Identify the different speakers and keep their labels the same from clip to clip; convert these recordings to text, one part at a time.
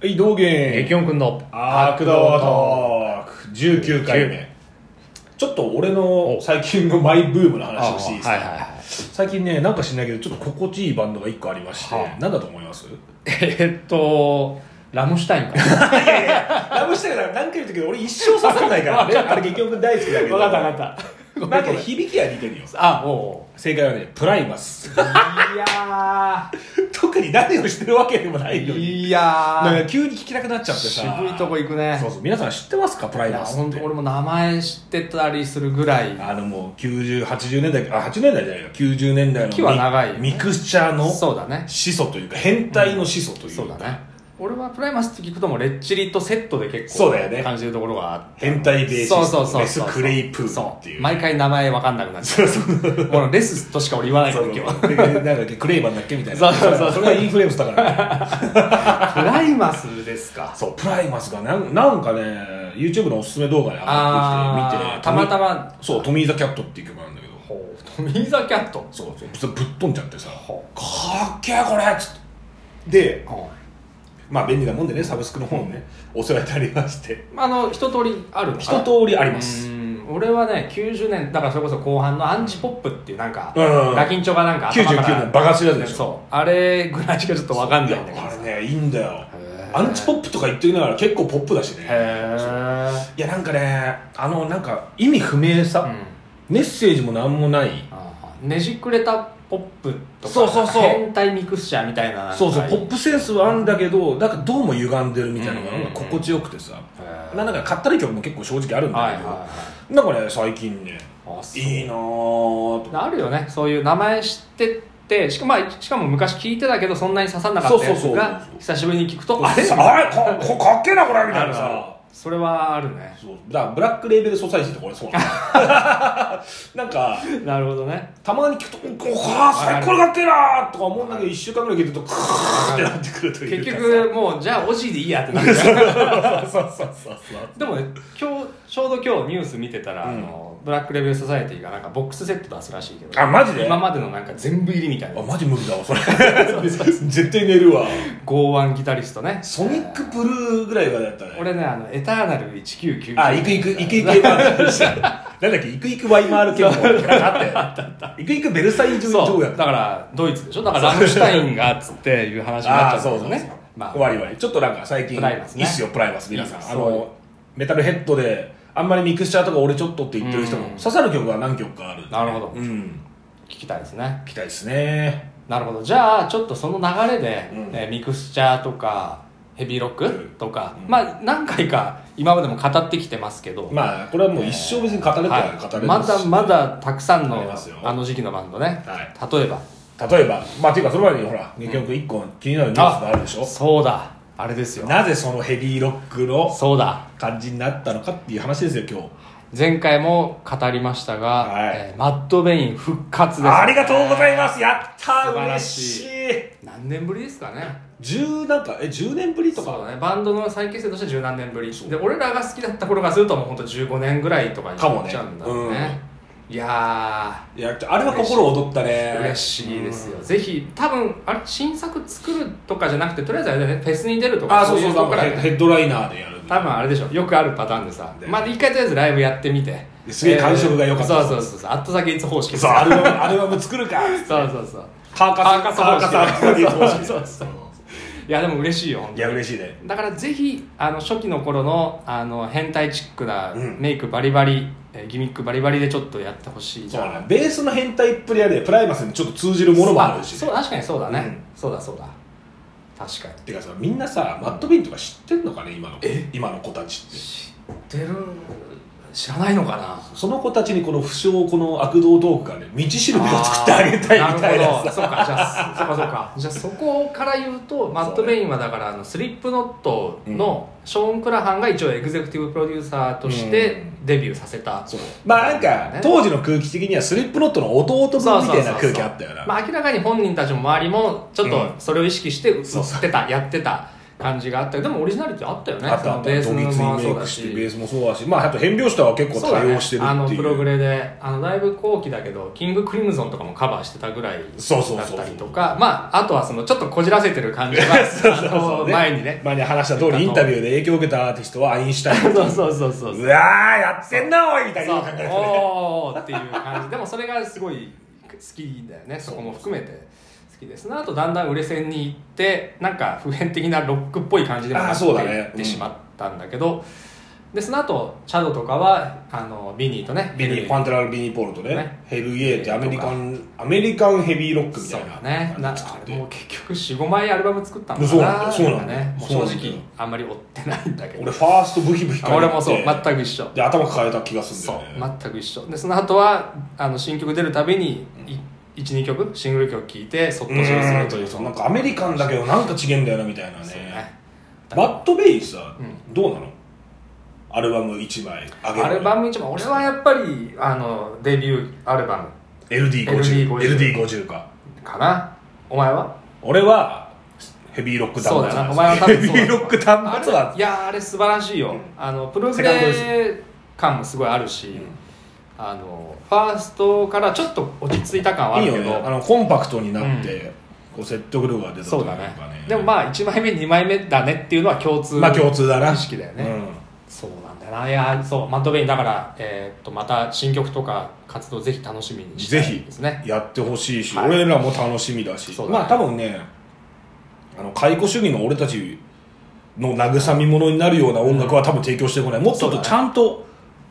Speaker 1: はい、道元
Speaker 2: 激音くんの
Speaker 1: 悪道トーク19回目ちょっと俺の最近のマイブームの
Speaker 2: あ
Speaker 1: 話をしていいですか、
Speaker 2: はいはいはい
Speaker 1: 最近ねなんか知んないけどちょっと心地いいバンドが1個ありまして、
Speaker 2: はあ
Speaker 1: なんだと思います
Speaker 2: えーっとラムシュタインかな
Speaker 1: ラブしてから何回言ったけど俺一生刺さんないから
Speaker 2: わかった
Speaker 1: あれ結局大好きだけど
Speaker 2: 分かった
Speaker 1: なんか響きは似てるよ
Speaker 2: あお
Speaker 1: 正解はねプライマス
Speaker 2: ういや
Speaker 1: 特に何をしてるわけでもないのに
Speaker 2: いや
Speaker 1: なん
Speaker 2: ー
Speaker 1: か急に聞きなくなっちゃってさ
Speaker 2: 渋いとこ行くね
Speaker 1: そうそう皆さん知ってますかプライ
Speaker 2: いや
Speaker 1: マスっ
Speaker 2: 本
Speaker 1: て
Speaker 2: 当俺も名前知ってたりするぐらい
Speaker 1: あのもう90、80年代、あ、80年代じゃないよ、90年代のミ
Speaker 2: 木は長いよね
Speaker 1: ミクスチャーの
Speaker 2: そうだね
Speaker 1: 始祖というか、変態の始祖というか、
Speaker 2: そうだね俺はプライマスって聞くともうレッチリとセットで結構
Speaker 1: そうだよね
Speaker 2: 感じるところがあって
Speaker 1: 変態ベーシス
Speaker 2: そうそ
Speaker 1: ト
Speaker 2: うそう
Speaker 1: メスクレイプ
Speaker 2: そ
Speaker 1: ーっていう。
Speaker 2: 毎回名前わかんなくなっちゃうもうレスとしか俺言わないか
Speaker 1: そ
Speaker 2: ら
Speaker 1: う
Speaker 2: 今日
Speaker 1: そう
Speaker 2: は
Speaker 1: でなんだっけクレイバンだっけみたいな
Speaker 2: そうそうそう
Speaker 1: それはインフレームスだから、ね、
Speaker 2: プライマスですか
Speaker 1: そうプライマスがなんなんかね YouTube のおすすめ動画で上がってきて見て
Speaker 2: あ
Speaker 1: ね
Speaker 2: ーたまたま
Speaker 1: そう「トミー・ザ・キャット」っていう曲なんだけど
Speaker 2: ほうトミー・ザ・キャット
Speaker 1: そうそうそれぶっ飛んじゃってさ「か
Speaker 2: ほ
Speaker 1: っけえこれ!」っつってで
Speaker 2: ほ
Speaker 1: まあ便利なもんでねサブスクの方にねお世話になりまして
Speaker 2: うあの一通りあるの
Speaker 1: 一
Speaker 2: かな
Speaker 1: 通りあります
Speaker 2: うん俺はね90年だからそれこそ後半のアンチポップっていうなんか、
Speaker 1: うんうんうん
Speaker 2: ガキンチョがなんか頭から
Speaker 1: 99年バカ知らずでしょ
Speaker 2: そうあれぐらいしかちょっとわかんないんだけど
Speaker 1: やあれねいいんだよ
Speaker 2: へー
Speaker 1: アンチポップとか言ってるながら結構ポップだしね
Speaker 2: へ
Speaker 1: いやなんかねあのなんか意味不明さ、
Speaker 2: え、うん
Speaker 1: メッセージもなんもない
Speaker 2: あーねじくれたポップとか
Speaker 1: そうそうそう
Speaker 2: 変態ミクスチャーみたいななんか
Speaker 1: そうそうポップセンスはあるんだけどなんかどうも歪んでるみたいなのが
Speaker 2: うんうん
Speaker 1: なんか心地よくてさ、
Speaker 2: へー
Speaker 1: なんかかったるい曲も結構正直あるん
Speaker 2: は
Speaker 1: だ
Speaker 2: い
Speaker 1: け
Speaker 2: はい
Speaker 1: ど、
Speaker 2: はい
Speaker 1: なんかね最近ね
Speaker 2: あそう
Speaker 1: いいなーと
Speaker 2: あるよねそういう名前知っててしか,、まあ、しかも昔聞いてたけどそんなに刺さんなかったやつ
Speaker 1: そうそうそう
Speaker 2: が久しぶりに聞くと
Speaker 1: あ
Speaker 2: あ
Speaker 1: れ
Speaker 2: れ
Speaker 1: あれかかかっけえなこれみたいな
Speaker 2: ある
Speaker 1: さ
Speaker 2: あるそれはあるね
Speaker 1: そうだからブラックレーベルソサイティとか俺そうなの なんか
Speaker 2: なるほどね
Speaker 1: たまに聞くと「おは最高だってな!」とか思うんだけど1週間ぐらい聞いてるとクーってなってくるという
Speaker 2: 結
Speaker 1: か
Speaker 2: 局もうじゃあオジーでいいやってなるか ら
Speaker 1: そうそうそうそう
Speaker 2: でもね今日ちょうど今日ニュース見てたら、
Speaker 1: うん
Speaker 2: あのブラックレベルソサエティがなんかボックスセット出すらしいけど
Speaker 1: あマジで
Speaker 2: 今までのなんか全部入りみたいな
Speaker 1: あマジ無理だわそれ絶対寝るわ
Speaker 2: 剛腕ギタリストね
Speaker 1: ソニックブルーぐらいまでだったね
Speaker 2: 俺ねあのエターナル1999
Speaker 1: あ行く行く行く行くなんだっけ行く行くワイマール憲法みたいなのあったよ行く行くベルサイユ
Speaker 2: そ
Speaker 1: 条
Speaker 2: う
Speaker 1: 約
Speaker 2: だからドイツでしょだからラムシュタインがっつっていう話になっち
Speaker 1: あ
Speaker 2: ゃ
Speaker 1: あ
Speaker 2: った
Speaker 1: そ
Speaker 2: ん
Speaker 1: う
Speaker 2: だ
Speaker 1: そ
Speaker 2: よ
Speaker 1: う
Speaker 2: ね
Speaker 1: ね
Speaker 2: まあ
Speaker 1: わりわりちょっとなんか最近
Speaker 2: プライマス
Speaker 1: い
Speaker 2: ね
Speaker 1: いっすよプライマス皆さんあ
Speaker 2: いいですそういう
Speaker 1: のメタルヘッドであんまりミクスチャーとか俺ちょっとって言ってる人も
Speaker 2: うん
Speaker 1: 刺さる曲が何曲かある
Speaker 2: なるほど
Speaker 1: うん
Speaker 2: 聞きたいですね
Speaker 1: 期待ですね
Speaker 2: なるほどじゃあちょっとその流れで、
Speaker 1: うん
Speaker 2: えーミクスチャーとかヘビーロッ
Speaker 1: うん
Speaker 2: クとか、
Speaker 1: うん
Speaker 2: まあ何回か今までも語ってきてますけど、
Speaker 1: まあこれはもう一生別に語れた
Speaker 2: は
Speaker 1: ら
Speaker 2: い
Speaker 1: 語れるし
Speaker 2: まだまだたくさん
Speaker 1: あり
Speaker 2: の
Speaker 1: ますよ
Speaker 2: あの時期のバンドね、
Speaker 1: は
Speaker 2: 例えば
Speaker 1: 例えばまあっていうかその前にほら結局一個気になるニュースがあるでしょ
Speaker 2: そうだあれですよ
Speaker 1: なぜそのヘビーロックの
Speaker 2: そうだ
Speaker 1: 感じになったのかっていう話ですよ今日
Speaker 2: 前回も語りましたが、
Speaker 1: はい
Speaker 2: えーマッド・ベイン復活です
Speaker 1: ありがとうございますやった
Speaker 2: 素
Speaker 1: ー
Speaker 2: 晴ら
Speaker 1: 嬉
Speaker 2: し
Speaker 1: し
Speaker 2: い
Speaker 1: い
Speaker 2: 何年ぶりですかね
Speaker 1: 10なんかえ10年ぶりと
Speaker 2: そう
Speaker 1: か
Speaker 2: だねバンドの再結成として十何年ぶり
Speaker 1: そう
Speaker 2: で俺らが好きだった頃からするともうほんと15年ぐらいとかに
Speaker 1: かも
Speaker 2: な
Speaker 1: ね
Speaker 2: っちゃうんだろうねいや
Speaker 1: いやあれは心躍ったね
Speaker 2: ー嬉しいですよ、ぜひ多分あれ新作作るとかじゃなくてとりあえずあれだよねフェスに出るとか
Speaker 1: あそうそう
Speaker 2: い
Speaker 1: そ
Speaker 2: と
Speaker 1: う
Speaker 2: こから
Speaker 1: ヘヘッドライナーでやる
Speaker 2: 多分あれでしょよくあるパターンでさ
Speaker 1: で
Speaker 2: まあ一回とりあえずライブやってみて
Speaker 1: ですげえ感触が良かった
Speaker 2: えーそうそうそうそう後先いつ方式
Speaker 1: そうアルバムアルバム作るか
Speaker 2: そうそうそう
Speaker 1: カーカス
Speaker 2: カーカス
Speaker 1: カーカスアルバム作る
Speaker 2: そうそういやでも嬉しいよ本当に
Speaker 1: いや嬉しいね
Speaker 2: だからぜひあの初期の頃のあの変態チックな
Speaker 1: うん
Speaker 2: メイクバリバリ、えーギミックバリバリでちょっとやってほしい
Speaker 1: そうだ
Speaker 2: な
Speaker 1: ねベースの変態っぷりはねプライマスにちょっと通じるものもあるしね
Speaker 2: そう確かにそうだね、
Speaker 1: うん
Speaker 2: そうだそうだ確かに
Speaker 1: てかさみんなさマット・ビーンとか知ってんのかね今の今の子たちって
Speaker 2: 出る知らないのかな
Speaker 1: その子たちにこの不詳この悪道トークがね道しるべを作ってあげたいみたい
Speaker 2: なるほ
Speaker 1: な
Speaker 2: ど
Speaker 1: さ
Speaker 2: そうかじゃあそうかそうかじゃあそこから言うとマット・ベインはだからあのスリップノットのショーン・クラハンが一応エグゼクティブプロデューサーとしてデビューさせた、
Speaker 1: そうまあなんか
Speaker 2: ね
Speaker 1: 当時の空気的にはスリップノットの弟分みたいな空気あったよな
Speaker 2: まあ、明らかに本人たちも周りもちょっとそれを意識して映ってた、やってた感じがあったけどでもオリジナリティあったよね
Speaker 1: あと
Speaker 2: そ
Speaker 1: あ
Speaker 2: の
Speaker 1: と
Speaker 2: ベース
Speaker 1: ド
Speaker 2: の
Speaker 1: ギツ
Speaker 2: ま
Speaker 1: に
Speaker 2: あ
Speaker 1: メ
Speaker 2: そ
Speaker 1: イ
Speaker 2: うだ
Speaker 1: クして
Speaker 2: し
Speaker 1: ベースもそうだしまああと変拍子とは結構
Speaker 2: そうだ
Speaker 1: 多
Speaker 2: ね
Speaker 1: 用してる
Speaker 2: あの
Speaker 1: ってい
Speaker 2: プログ
Speaker 1: う
Speaker 2: レであのだいぶ後期だけどキングクリムゾンとかもカバーしてたぐらい
Speaker 1: そうそうそう
Speaker 2: だったりとかまああとはそのちょっとこじらせてる感じ が
Speaker 1: そう
Speaker 2: あ
Speaker 1: そう
Speaker 2: の前にね
Speaker 1: 前に話した通りインタビューで影響を受けたアーティストはアインシュタイン
Speaker 2: そうそうそうそう
Speaker 1: うわーやってんなおいみたい
Speaker 2: そう
Speaker 1: な
Speaker 2: おーっていう感じでもそれがすごい好きだよねそこも含めて好きですその後だんだん売れ線に行ってなんか普遍的なロックっぽい感じにもな
Speaker 1: あー
Speaker 2: って
Speaker 1: そうだね
Speaker 2: いっ
Speaker 1: う
Speaker 2: て
Speaker 1: ん
Speaker 2: しまったんだけど、でその後チャドとかはあのビニーとね
Speaker 1: ビニーパンテラルビニーポールとね
Speaker 2: ね
Speaker 1: ヘルイエーってアメリカンアメリカンヘビーロックみ
Speaker 2: そ
Speaker 1: た
Speaker 2: う
Speaker 1: いな
Speaker 2: だねな
Speaker 1: 感じ作って
Speaker 2: もう結局45枚アルバム作ったんだ
Speaker 1: そうなんだよそうなんだよ
Speaker 2: ねもう
Speaker 1: そう
Speaker 2: 正
Speaker 1: なんだよ
Speaker 2: 直あんまり追ってないんだけど
Speaker 1: 俺ファーストブヒブヒから
Speaker 2: 俺もそう
Speaker 1: 行って
Speaker 2: 全く一緒
Speaker 1: で頭抱えた気がする
Speaker 2: そ
Speaker 1: ん
Speaker 2: う
Speaker 1: だよね
Speaker 2: 全く一緒でその後はあの新曲出るたびに12曲シングル曲聴いてそっと処理するという
Speaker 1: うんなんかアメリカンだけどなんか違えんだよなみたいなね
Speaker 2: そうね
Speaker 1: マット・ベイさ、
Speaker 2: う
Speaker 1: どうなのアルバム1枚あげる
Speaker 2: アルバム一番俺はやっぱりあのデビューアルバム
Speaker 1: LD50
Speaker 2: LD50
Speaker 1: LD50 か
Speaker 2: かなお前は
Speaker 1: 俺はヘビーロック
Speaker 2: そう
Speaker 1: 端末
Speaker 2: だよなお
Speaker 1: なん
Speaker 2: 前は
Speaker 1: で
Speaker 2: 多
Speaker 1: すヘ
Speaker 2: 分そうだ
Speaker 1: ビーロック端末
Speaker 2: あ
Speaker 1: は
Speaker 2: れいやあれ素晴らしいよ、
Speaker 1: うん
Speaker 2: あのプログ
Speaker 1: セカンド
Speaker 2: レ感もすごいあるし、あのファーストからちょっと落ち着いた感はあ
Speaker 1: いい
Speaker 2: る
Speaker 1: よ
Speaker 2: けど
Speaker 1: ねあのコンパクトになって、こう説得力が出たとい
Speaker 2: そう
Speaker 1: うか
Speaker 2: だ
Speaker 1: ね
Speaker 2: ねでもまあ1枚目2枚目だねっていうのは共通
Speaker 1: まあ共通だな
Speaker 2: 意識だよね、
Speaker 1: うん
Speaker 2: そうなんだよないやそうマット・ベインだから、えーっとまた新曲とか活動ぜひ楽しみにした
Speaker 1: ぜ
Speaker 2: い
Speaker 1: ひ
Speaker 2: ですね
Speaker 1: やってほしいし、
Speaker 2: はい
Speaker 1: 俺らも楽しみだし
Speaker 2: そうだね
Speaker 1: まあ多分ねあの解雇主義の俺たちの慰み物になるような音楽は多分提供してこないもっと
Speaker 2: そうだね
Speaker 1: ちゃんと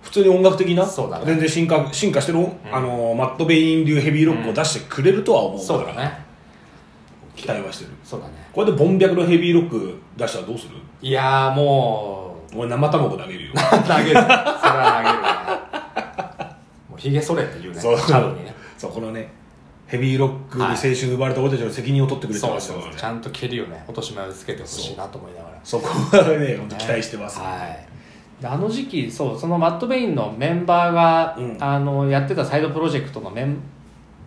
Speaker 1: 普通に音楽的な、
Speaker 2: そうだね
Speaker 1: 全然進化進化してる、あのマット・ベイン流ヘビーロックを出してくれるとは思う
Speaker 2: そうだね
Speaker 1: 期待はしてる
Speaker 2: そうだね
Speaker 1: これでボンビャクのヘビーロック出したらどうする
Speaker 2: いやーもう
Speaker 1: 俺生卵投げるよ
Speaker 2: 投げるそれは投げるねもうひげ剃れって言うね
Speaker 1: そう
Speaker 2: チャドにね
Speaker 1: そうこのねヘビーロックに青春奪われた俺たちの責任を取ってくれて
Speaker 2: そ
Speaker 1: ま
Speaker 2: う
Speaker 1: す
Speaker 2: そ
Speaker 1: よ
Speaker 2: う
Speaker 1: ね
Speaker 2: ちゃんと蹴りをね落とし前をつけてほしいなと思いながら
Speaker 1: そこはね本当期待してます、
Speaker 2: はい、であの時期そうそのマット・ベインのメンバーが、
Speaker 1: うん
Speaker 2: あのやってたサイドプロジェクトのメン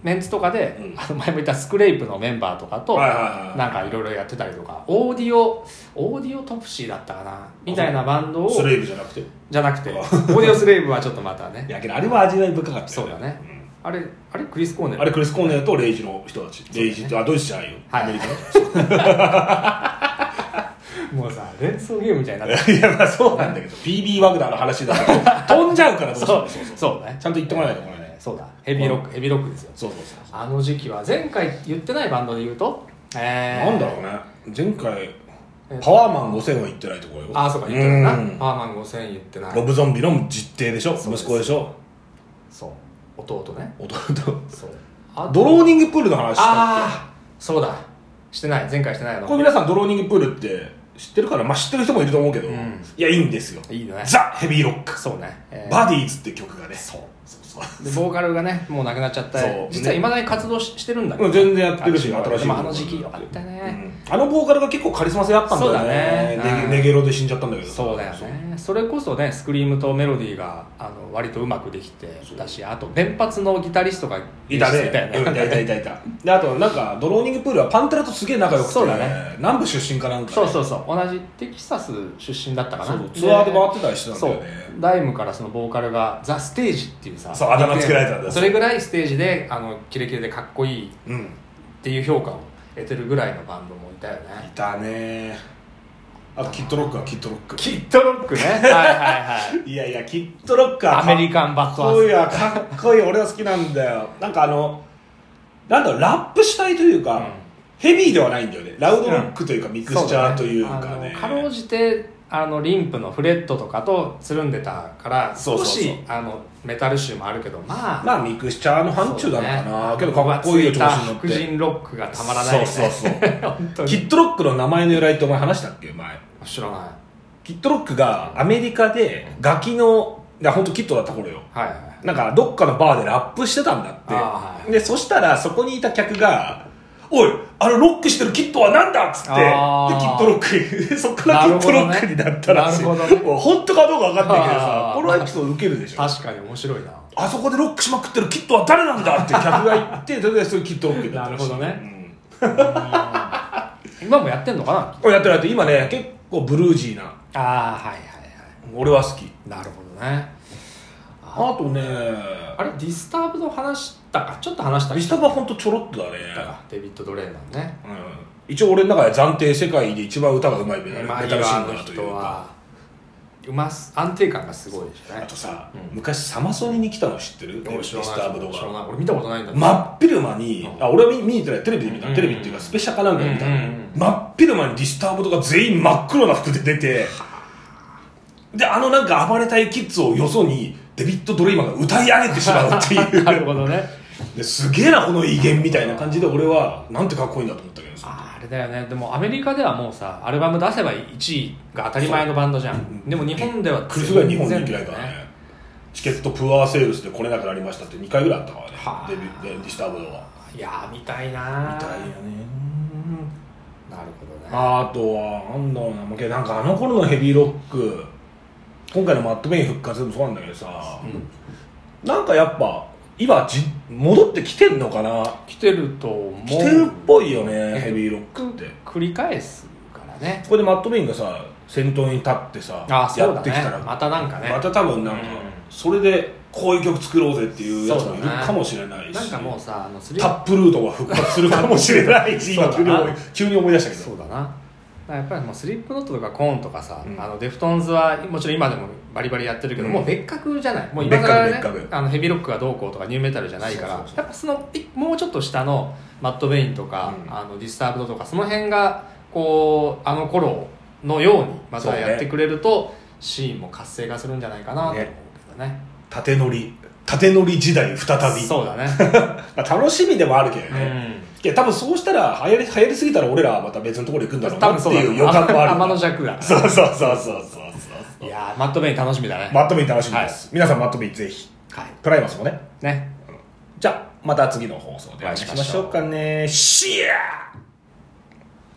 Speaker 2: メンツとかで、
Speaker 1: うん
Speaker 2: あの前も言ったスクレイプのメンバーとかと、
Speaker 1: はいはいはい
Speaker 2: なんかいろいろやってたりとかオーディオオーディオトプシーだったかなみたいなバンドを
Speaker 1: スレイブじゃなくて
Speaker 2: じゃなくてオーディオスレイブはちょっとまたね
Speaker 1: いやけどあれは味わい深かったよ
Speaker 2: そうだねあれあれクリス・コーネ
Speaker 1: う
Speaker 2: ル
Speaker 1: んあれクリス・コーネルとレイジの人たち、レイジってあドイツじゃないよ、
Speaker 2: はい
Speaker 1: アメリカの
Speaker 2: もうさ連想ゲームみたいになってる
Speaker 1: いやまあそうなんだけど PB ワグナーの話だと飛んじゃうからどうして
Speaker 2: そ
Speaker 1: も
Speaker 2: うそうそうね
Speaker 1: ちゃんと言ってもらわないとこれね
Speaker 2: そうだヘビーロックヘビーロックですよ
Speaker 1: そうそうそう
Speaker 2: あの時期は前回言ってないバンドで言うと、えー
Speaker 1: なんだろうね前回
Speaker 2: え
Speaker 1: パワーマン5000は言ってないところよ
Speaker 2: ああそうか言ってない
Speaker 1: うん
Speaker 2: なパーマン5000言ってな
Speaker 1: ロ
Speaker 2: い
Speaker 1: ブゾンビの実弟でしょ
Speaker 2: そうです
Speaker 1: 息子でしょ
Speaker 2: そう弟ね
Speaker 1: 弟
Speaker 2: そうあ
Speaker 1: ドローニングプールの話したっ
Speaker 2: ああそうだしてない前回してない
Speaker 1: けこれ
Speaker 2: の
Speaker 1: 皆さんドローニングプールって知ってるからまあ知ってる人もいると思うけど、
Speaker 2: うん
Speaker 1: いやいいんですよ
Speaker 2: いいね
Speaker 1: ザ・ヘビーロック
Speaker 2: そうね、えー
Speaker 1: バディーズって曲がね
Speaker 2: そう
Speaker 1: そうそう
Speaker 2: でボーカルがねもう亡くなっちゃった
Speaker 1: そう
Speaker 2: 実はいまだに活動ししてるんだけ
Speaker 1: う
Speaker 2: ど
Speaker 1: ん全然やってるし
Speaker 2: あ
Speaker 1: 新しい
Speaker 2: でもあの時期よかったね、
Speaker 1: あのボーカルが結構カリスマ性あったんだよね
Speaker 2: そうだね
Speaker 1: ネ
Speaker 2: うん
Speaker 1: ゲネゲロで死んじゃったんだけど
Speaker 2: そうだよねそれこそねスクリームとメロディーがあの割とうまくできてだしあと連発のギタリストが
Speaker 1: いたね
Speaker 2: いたよね
Speaker 1: うんいたいたいたいたであとなんかドローニングプールはパンテラとすげえ仲良くて
Speaker 2: そうだね
Speaker 1: 南部出身かなんかね
Speaker 2: そうそうそう同じテキサス出身だったかな
Speaker 1: そうそうツアーで回ってたりしてたん
Speaker 2: そ
Speaker 1: だ
Speaker 2: う
Speaker 1: よね
Speaker 2: ダイムからそのボーカルが「ザ・ステージ」っていうさ
Speaker 1: そうあだ名つけられたんだよ
Speaker 2: それぐらいステージであのキレキレでかっこいいっ
Speaker 1: うん
Speaker 2: ていう評価を得てるぐらいのバンドもいたよ
Speaker 1: い
Speaker 2: ね
Speaker 1: たねあとキッドロックはキッドロック
Speaker 2: キッドロックねはいはい はい
Speaker 1: いやいやキッドロックは
Speaker 2: アメリカンバ
Speaker 1: か
Speaker 2: ッ
Speaker 1: っ
Speaker 2: ドア
Speaker 1: こいい
Speaker 2: ー
Speaker 1: わかっこいい俺は好きなんだよなんかあのなんだろうラップ主体というか、
Speaker 2: うん
Speaker 1: ヘビーではないんだよねラウドロックというか、ミ
Speaker 2: ス
Speaker 1: クスチャーというか
Speaker 2: そうだ
Speaker 1: ね
Speaker 2: ねあのかろうじてあのリンプのフレットとかとつるんでたから
Speaker 1: そう
Speaker 2: 少
Speaker 1: そう
Speaker 2: し
Speaker 1: そう
Speaker 2: あのメタル集もあるけどまあ
Speaker 1: まあミクスチャーの範疇なのかな、
Speaker 2: そうね
Speaker 1: けどかっこいいよ調子に乗っ
Speaker 2: 白
Speaker 1: て
Speaker 2: 人ロックがたまらないよね
Speaker 1: そうそうそう
Speaker 2: 本当
Speaker 1: キ
Speaker 2: に
Speaker 1: ッドロックの名前の由来ってお前話したっけ前
Speaker 2: 知らない
Speaker 1: キッドロックがアメリカでガキのいや本当キッドだった頃よ
Speaker 2: はいはい
Speaker 1: なんかどっかのバーでラップしてたんだって、
Speaker 2: あーはい
Speaker 1: でそしたらそこにいた客が「おいあのロックしてるキッドはなんだ!」っつってでキ
Speaker 2: あー
Speaker 1: ッドロック そっからキッドロックになったらしい、
Speaker 2: なるほどね
Speaker 1: もう本当かどうか分かんないけどさ
Speaker 2: あー
Speaker 1: このエピソード受けるでしょ
Speaker 2: 確かに面白いな
Speaker 1: あそこでロックしまくってるキッドは 誰なんだって客が言ってそれでそれキッドロックになったらしい
Speaker 2: なるほどね
Speaker 1: うん
Speaker 2: 今もやってんのかな
Speaker 1: やってるやってる今ね結構ブルージーな
Speaker 2: ああはいはいは
Speaker 1: 俺は好き
Speaker 2: いなるほどね
Speaker 1: あとね
Speaker 2: あれディスターブの話したかちょっと話した
Speaker 1: ミスタ
Speaker 2: ブ
Speaker 1: バほんとちょろっとだね
Speaker 2: デビッド・ドレーナーね
Speaker 1: うん一応俺の中で暫定世界で一番歌がうまいベタ
Speaker 2: メ
Speaker 1: ル
Speaker 2: マ
Speaker 1: ベ
Speaker 2: リ
Speaker 1: タルシ
Speaker 2: ワ
Speaker 1: ン
Speaker 2: ー
Speaker 1: ガ
Speaker 2: の
Speaker 1: ーという
Speaker 2: 人
Speaker 1: か
Speaker 2: はうます安定感がすごいです
Speaker 1: あ
Speaker 2: ね
Speaker 1: とさ、
Speaker 2: うん
Speaker 1: 昔サマソニに来たの知ってる
Speaker 2: 俺
Speaker 1: ミ
Speaker 2: 知らない
Speaker 1: スターブド
Speaker 2: 知ら
Speaker 1: が
Speaker 2: ない俺見たことないんだ
Speaker 1: 真っ昼間に、
Speaker 2: うん
Speaker 1: あ俺は見見に行ってないテレビで見た、
Speaker 2: うん
Speaker 1: テレビっていうかスペシャルかなんかで見た、
Speaker 2: うんうんうん
Speaker 1: 真っ昼間にディスターブドが全員真っ黒な服で出てであのなんか暴れたいキッズをよそにデビッド・ドレイマーが歌い上げてしまうっていう
Speaker 2: なるほどね
Speaker 1: ですげえなこの威厳みたいな感じで俺はなんてかっこいいんだと思ったけどさ
Speaker 2: ああれだよねでもアメリカではもうさアルバム出せば1位が当たり前のバンドじゃんでも日本では
Speaker 1: クルスが日本に
Speaker 2: 全
Speaker 1: 行け
Speaker 2: 然
Speaker 1: ないからねチケットプアーセールスで来れなくなりましたって2回ぐらいあったから
Speaker 2: はあ
Speaker 1: ねデビディスターブドはい
Speaker 2: やー見た
Speaker 1: 痛いよ
Speaker 2: いなー
Speaker 1: ね
Speaker 2: なるほどね
Speaker 1: あとはなんだろうな、まあけどなんかあの頃のヘビーロック今回のマット・ベイン復活でもそうなんだけどさ、
Speaker 2: うん
Speaker 1: なんかやっぱ今じ戻ってきてんのかな
Speaker 2: 来てると思う
Speaker 1: 来てるっぽいよねヘビーロックって
Speaker 2: 繰り返すからね
Speaker 1: ここでマット・ベインがさ先頭に立ってさ
Speaker 2: あそう
Speaker 1: や
Speaker 2: だ
Speaker 1: って
Speaker 2: ね
Speaker 1: きたら
Speaker 2: またなんかね
Speaker 1: また多分なんか、
Speaker 2: うん
Speaker 1: それでこういう曲作ろうぜっていうやつもいる
Speaker 2: そうだね
Speaker 1: かもしれないし
Speaker 2: なんかもうさあのスリ
Speaker 1: タップルートが復活するかもしれないし
Speaker 2: そう
Speaker 1: 今急
Speaker 2: だな
Speaker 1: に思い急に思い出したけ
Speaker 2: そ
Speaker 1: ど
Speaker 2: うだなだからやっぱりもうスリップノットとかコーンとかさ、
Speaker 1: うん
Speaker 2: あのデフトンズはもちろん今でもバリバリやってるけど、
Speaker 1: うん
Speaker 2: もう別格じゃないもう今から、ね、
Speaker 1: 別格別格
Speaker 2: あのヘビーロックがどうこうとかニューメタルじゃないから
Speaker 1: そうそうそう
Speaker 2: やっぱそのいもうちょっと下のマット・ベインとか、
Speaker 1: うん
Speaker 2: あのディスターブドとかその辺がこうあの頃のようにま
Speaker 1: そう
Speaker 2: た
Speaker 1: ね
Speaker 2: やってくれると、シーンも活性化するんじゃないかなと思うけどね
Speaker 1: 縦乗り縦乗り時代再び
Speaker 2: そうだね、
Speaker 1: まあ楽しみでもあるけど
Speaker 2: う
Speaker 1: ね、
Speaker 2: ん
Speaker 1: いや多分そうしたら流行り流行りすぎたら俺らはまた別のところ行くんだろう
Speaker 2: 多
Speaker 1: な
Speaker 2: 分
Speaker 1: って
Speaker 2: そうだ
Speaker 1: いう予感もある
Speaker 2: 天の弱だ
Speaker 1: そうそうそうそうそうそう
Speaker 2: いやーマット・ベイン楽しみだね、
Speaker 1: マットベイン楽しみです、皆さんマットベインぜひ
Speaker 2: はい
Speaker 1: プライマスもね
Speaker 2: ね
Speaker 1: じゃあまた次の放送でお
Speaker 2: お会
Speaker 1: 会い
Speaker 2: いし
Speaker 1: し
Speaker 2: ましょう
Speaker 1: ましょうかねシェア